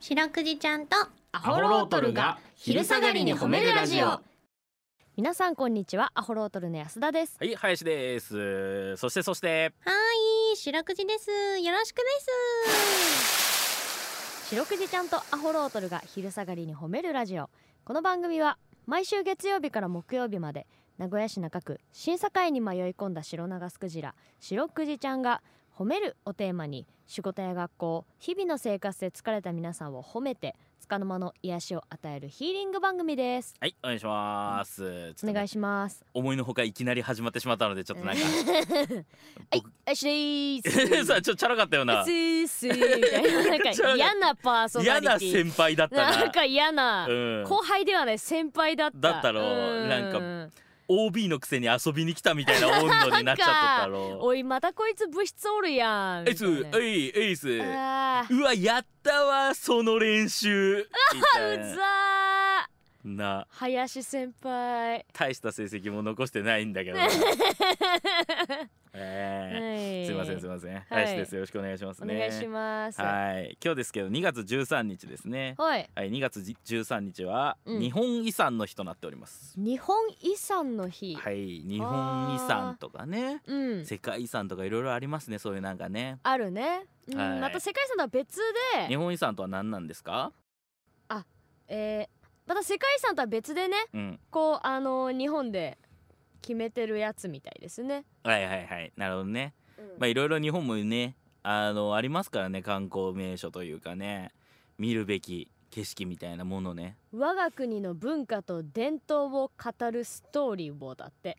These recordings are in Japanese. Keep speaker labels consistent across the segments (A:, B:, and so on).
A: 白くじちゃんとア
B: ホロートルが昼下がりに褒めるラジオ
C: 皆さんこんにちはアホロートルの安田です
B: はい林ですそしてそして
A: はい白くじですよろしくです
C: 白くじちゃんとアホロートルが昼下がりに褒めるラジオこの番組は毎週月曜日から木曜日まで名古屋市中区審査会に迷い込んだ白長スクジラ白くじちゃんが褒めるをテーマに仕事や学校日々の生活で疲れた皆さんを褒めて束の間の癒しを与えるヒーリング番組です
B: はいお願いします、ちょっとね
C: お願いします
B: 思いのほかいきなり始まってしまったのでちょっとなんか
C: はいあしでーす
B: さあちょっとチャラかったような
C: スースーみたいななんか嫌なパーソナ
B: 嫌
C: リテ
B: な
C: ィ
B: 先輩だったな
C: なんか嫌な、
B: うん、
C: 後輩ではない先輩だった
B: だったろうなんか OB のくせに遊びに来たみたいな温度になっちゃっとったろ
C: おいまたこいつ物質おるやん
B: えいす
C: みたいな
B: えいえいす
C: あー
B: うわやったわその練習みたいな
C: うざー
B: な
C: 林先 輩
B: 大した成績も残してないんだけ どなえーす
C: す
B: いませんすいません、
C: はい
B: 林ですよろしくお願いします
C: お
B: ね
C: 願いしますは
B: はい今日ですけど2月13日ですね
C: い
B: はい2月13日は
C: うん
B: 日本遺産の日となっております、
C: 日本遺産の日、
B: はい日本遺産とかね
C: うん
B: 世界遺産とかいろいろありますねそういうなんかね
C: あるね、うん
B: はい
C: また世界遺産とは別
B: 日
C: で、
B: 本遺産とは何なんですか
C: えー、また世界遺産とは別でね
B: うん
C: こうあの日本で決めてるやつみたいですね。
B: はいはいはいなるほどねまあいろいろ日本もねあのありますからね観光名所というかね見るべき景色みたいなものね
C: 我が国の文化と伝統を語るストーリーをだって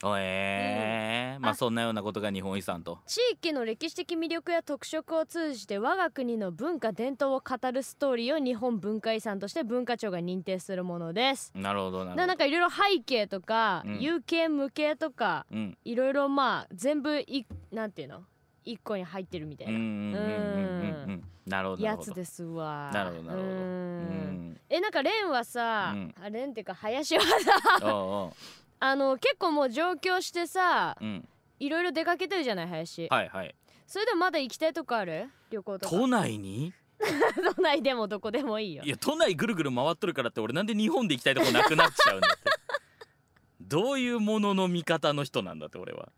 B: おえーまあ
C: あ
B: そんなようなことが日本遺産と
C: 地域の歴史的魅力や特色を通じて我が国の文化伝統を語るストーリーを日本文化遺産として文化庁が認定するものです。
B: なるほど
C: な
B: なるほ
C: な
B: ど
C: んかいろいろ背景とか、
B: うん
C: 有形無形とか
B: うん
C: いろいろまあ全部いなんていうの一個に入ってるみた
B: うん
C: いうなん
B: うんうんうんうんなるほどな
C: や
B: るほ
C: つ
B: ど
C: ですわ。
B: なるほどなるほど
C: うー
B: うんん
C: えなんかレンはさ、
B: うん
C: あレンっていうか林は
B: おう
C: さ
B: お
C: あの結構もう上京してさ
B: ううん
C: いろいろ出かけてるじゃない林、
B: はいはい
C: それでもまだ行きたいとこある旅行とか
B: 都内に
C: 都内でもどこでもいいよ
B: いや都内ぐるぐる回っとるからって俺なんで日本で行きたいとこなくなっ ちゃうんだってどういうものの見方の人なんだって俺は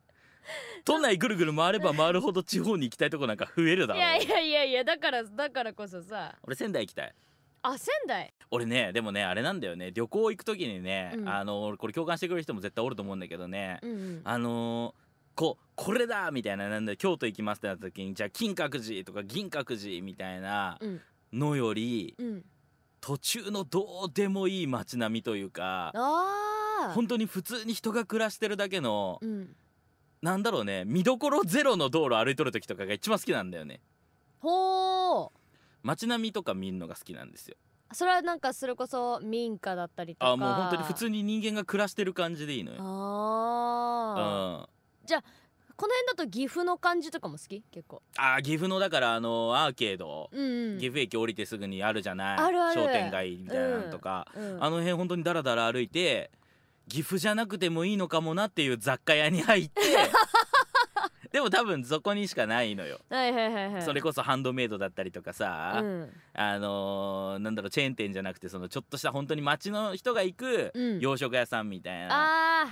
B: 都内ぐるぐる回れば回るほど地方に行きたいとこなんか増えるだ
C: い
B: ろ
C: やいやいやいやだからだからこそさ
B: 俺仙台行きたい
C: あ仙台
B: 俺ねでもねあれなんだよね旅行行く時にね、
C: うん
B: あのこれ共感してくれる人も絶対おると思うんだけどね、
C: うんうん
B: あのーこうこれだみたいななんだ京都行きますってなった時にじゃあ金閣寺とか銀閣寺みたいな
C: うん
B: のより、
C: うん
B: 途中のどうでもいい街並みというか
C: あー
B: 本当に普通に人が暮らしてるだけの、
C: うん
B: なんだろうね見どころゼロの道路歩いとる時とかが一番好きなんだよね
C: ほー
B: 街並みとか見るのが好きなんですよ
C: それはなんかそれこそ民家だったりとか
B: あもう本当に普通に人間が暮らしてる感じでいいのよ、う
C: ああ、
B: ん、
C: この辺だと岐阜の感じとかも好き結構
B: あー岐阜のだからあのアーケード、
C: うんうん
B: 岐阜駅降りてすぐにあるじゃない
C: あるある
B: 商店街みたいなのとか、
C: うん
B: あの辺本当にダラダラ歩いて岐阜じゃなくてもいいのかもなっていう雑貨屋に入って でも多分そこにしかないのよ、
C: はいはいはいはい
B: それこそハンドメイドだったりとかさ、
C: うん
B: あのーなんだろうチェーン店じゃなくてそのちょっとした本当に町の人が行く
C: うん
B: 洋食屋さんみたいな、
C: あ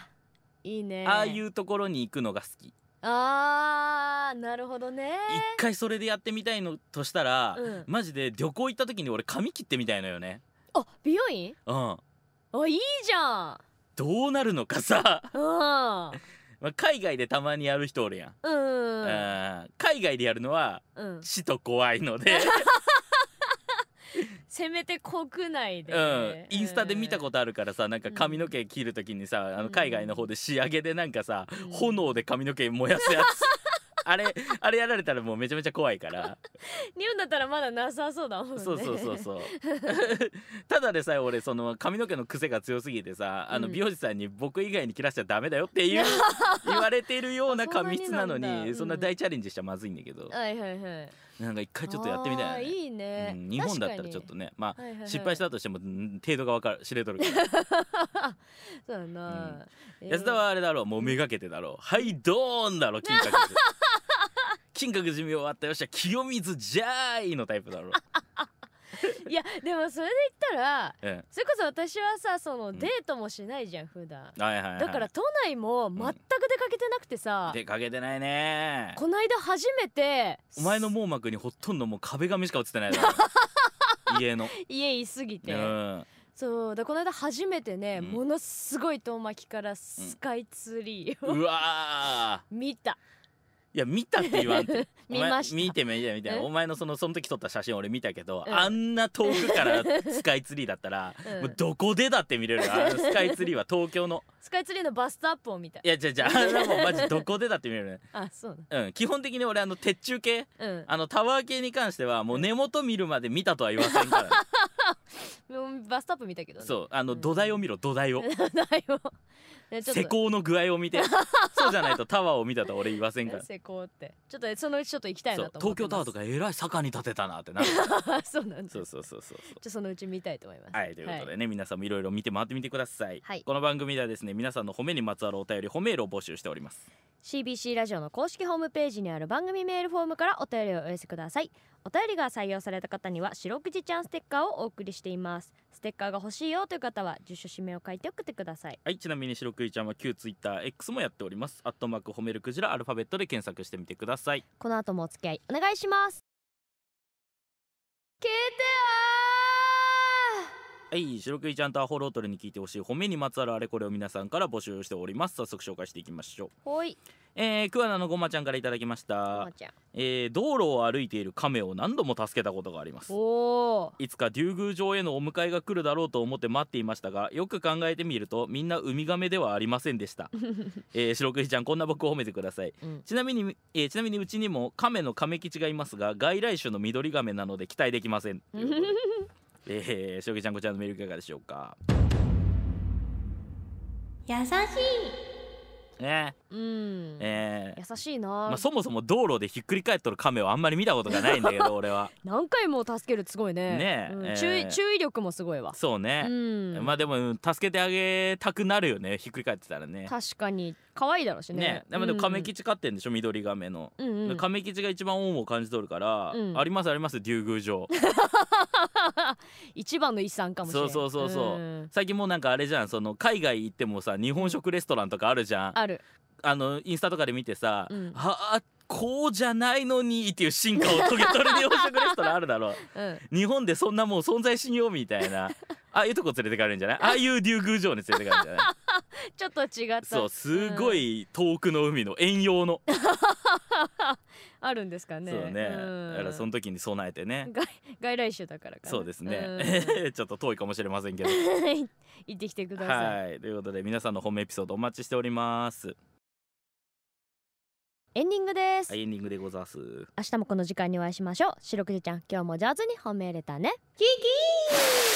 C: ーいいね
B: ああいううところに行くのが好き、
C: あーなるほどね
B: 一回それでやってみたいのとしたら、
C: うん
B: マジで旅行行った時に俺髪切ってみたいのよね
C: あ美容院
B: うん
C: あいいじゃん
B: どうなるのかさ、
C: うん
B: まあ、海外でたまにやる人おるやん、
C: うんうん
B: うん海外でやるのは
C: うん
B: 死と怖いので、
C: せめて国内で
B: う
C: ね
B: ん、インスタで見たことあるからさなんか髪の毛切る時にさ、あの海外の方で仕上げでなんかさ、
C: うん
B: 炎で髪の毛燃や すやつあれあれやられたらもうめちゃめちゃ怖いから、
C: 日本だったらまだなさそうだもんね
B: そうそうそうそう ただでさえ俺その髪の毛の癖が強すぎてさあの
C: うん
B: 美容師さんに僕以外に切らしちゃダメだよっ ていう言われてるような髪質なの
C: あそんなになん
B: に
C: だ
B: そんな大チャレンジしちゃまずいんだけど、
C: はいはいはい
B: なんか一回ちょっとやってみたい
C: あ
B: よ
C: ー
B: ね
C: いいね、
B: うん、日本だったらちょっとねま
C: 確かに、はいはいは
B: あ
C: い
B: 失敗したとしてもうん程度がわかる知れとるから
C: そうだな、 えー
B: 安田はあれだろうもうめがけてだろうはいドーンだろ金閣 寺金閣寺見終わったよっしゃ清水じゃーいのタイプだろ
C: いやでもそれで言ったら
B: え
C: それこそ私はさその
B: ん
C: デートもしないじゃん普段
B: えはいはい、はい、
C: だから都内も全く出かけてなくてさ、
B: 出かけてないね
C: こないだ初めて
B: お前の網膜にほとんどもう壁紙しか映ってないだろ 家の、
C: 家いすぎ
B: う
C: て、
B: ん、
C: そうだこの間初めてね、
B: うん
C: ものすごい遠巻きからスカイツリーを、
B: うわー
C: 見た
B: いや見たって言わんと
C: 見ました
B: お前見てみてみて
C: うん
B: お前のそのその時撮った写真俺見たけど、
C: うん
B: あんな遠くからスカイツリーだったら、
C: うん
B: もうどこでだって見れる あのスカイツリーは東京の
C: スカイツリーのバストアップを見た
B: いや違う違うあんなもうマジどこでだって見れる、
C: あそう
B: うん、基本的に俺あの鉄柱系
C: なうん
B: あのタワー系に関してはもう根元見るまで見たとは言わせんからね、
C: もうバストアップ見たけどね
B: そうあの
C: うん
B: 土台を見ろ土台を
C: ないよねちょっと
B: 施工の具合を見てそうじゃないとタワーを見たとは俺言わせんから
C: 施工ってちょっとそのうちちょっと行きたい
B: そ
C: な
B: う
C: と思っ
B: 東
C: て
B: 京タワ
C: ま
B: ー
C: す
B: とかえらい坂に建てた なってなる
C: あそうなんだ
B: そうそうそうそうそう
C: ちょっとそのうち見たいと思います。
B: はいということでね、皆さんもいろいろ見て回ってみてください、
C: はい
B: この番組ではですね皆さんの褒めにまつわるお便り褒めールを募集しております
C: CBC ラジオの公式ホームページにある番組メールフォームからお便りをお寄せくださいお便りが採用された方には白くじちゃんステッカーをお送りしていますステッカーが欲しいよという方は住所氏名を書いて送ってください
B: はいちなみに白くいちゃんは旧 TwitterX もやっておりますアットマーク褒めるクジラアルファベットで検索してみてください
C: この後もお付き合いお願いします聞い
B: はい白くいちゃんとアホロートルに聞いてほしい褒めにまつわるあれこれを皆さんから募集しております早速紹介していきましょう
C: てよーほい
B: えー、桑名のごまちゃんからいただきまし
C: ま
B: た
C: ー、ちゃん
B: えー、道路を歩いている亀を何度も助けたことがあります
C: お
B: いつか竜宮城へのお迎えが来るだろうと思って待っていましたがよく考えてみるとみんなウミガメではありませんでした、えー、白くじちゃんこんな僕を褒めてください
C: ー、うん、
B: ちなみに、えーちなみにうちにも亀の亀吉がいますが外来種の緑亀なので期待できませんということでえー、白くじちゃんこちらのメールいかがでしょうか
A: 優しい
B: ね
C: うん
B: えー
C: 優しいな、
B: まあ、そもそも道路でひっくり返っとる亀をあんまり見たことがないんだ けど俺は
C: 何回も助けるすごいね
B: ねえ
C: うん
B: えー
C: 注意注意力もすごいわ
B: そうね、
C: うん
B: まあでもうん助けてあげたくなるよねひっくり返ってたらね
C: 確かに可愛いだろうしね
B: ねでもでも亀吉飼ってんでしょ緑亀の、
C: うんうん、うんうん、
B: 亀吉が一番恩を感じとるから、
C: うん
B: ありますあります竜宮城
C: 一番の遺産かもしれない
B: そうそうそうそうん最近もうなんかあれじゃんその海外行ってもさ日本食レストランとかあるじゃんあ
C: ある
B: のインスタとかで見てさ、
C: うん
B: ああこうじゃないのにっていう進化を遂げとる日本食レストランある だろう
C: うん
B: 日本でそんなもう存在しんようみ たいなああいうとこ連れてかれるんじゃないああいう竜宮城に連れてかれるんじゃない
C: ちょっと違った
B: そうすごい遠くの海の遠洋の、
C: あるんですかね
B: そうね、
C: うん
B: だからその時に備えてね
C: 外外来種だからかな
B: そうです
C: うん
B: ね、 ちょっと遠いかもしれません けど
C: 行ってきてください、
B: はいということで皆さんのホームエピソードお待ちしております
C: エンディングです、
B: はいエンディングでございます
C: 明日もこの時間にお会いしましょう白くじちゃん今日も上手に褒めれたね
A: キキー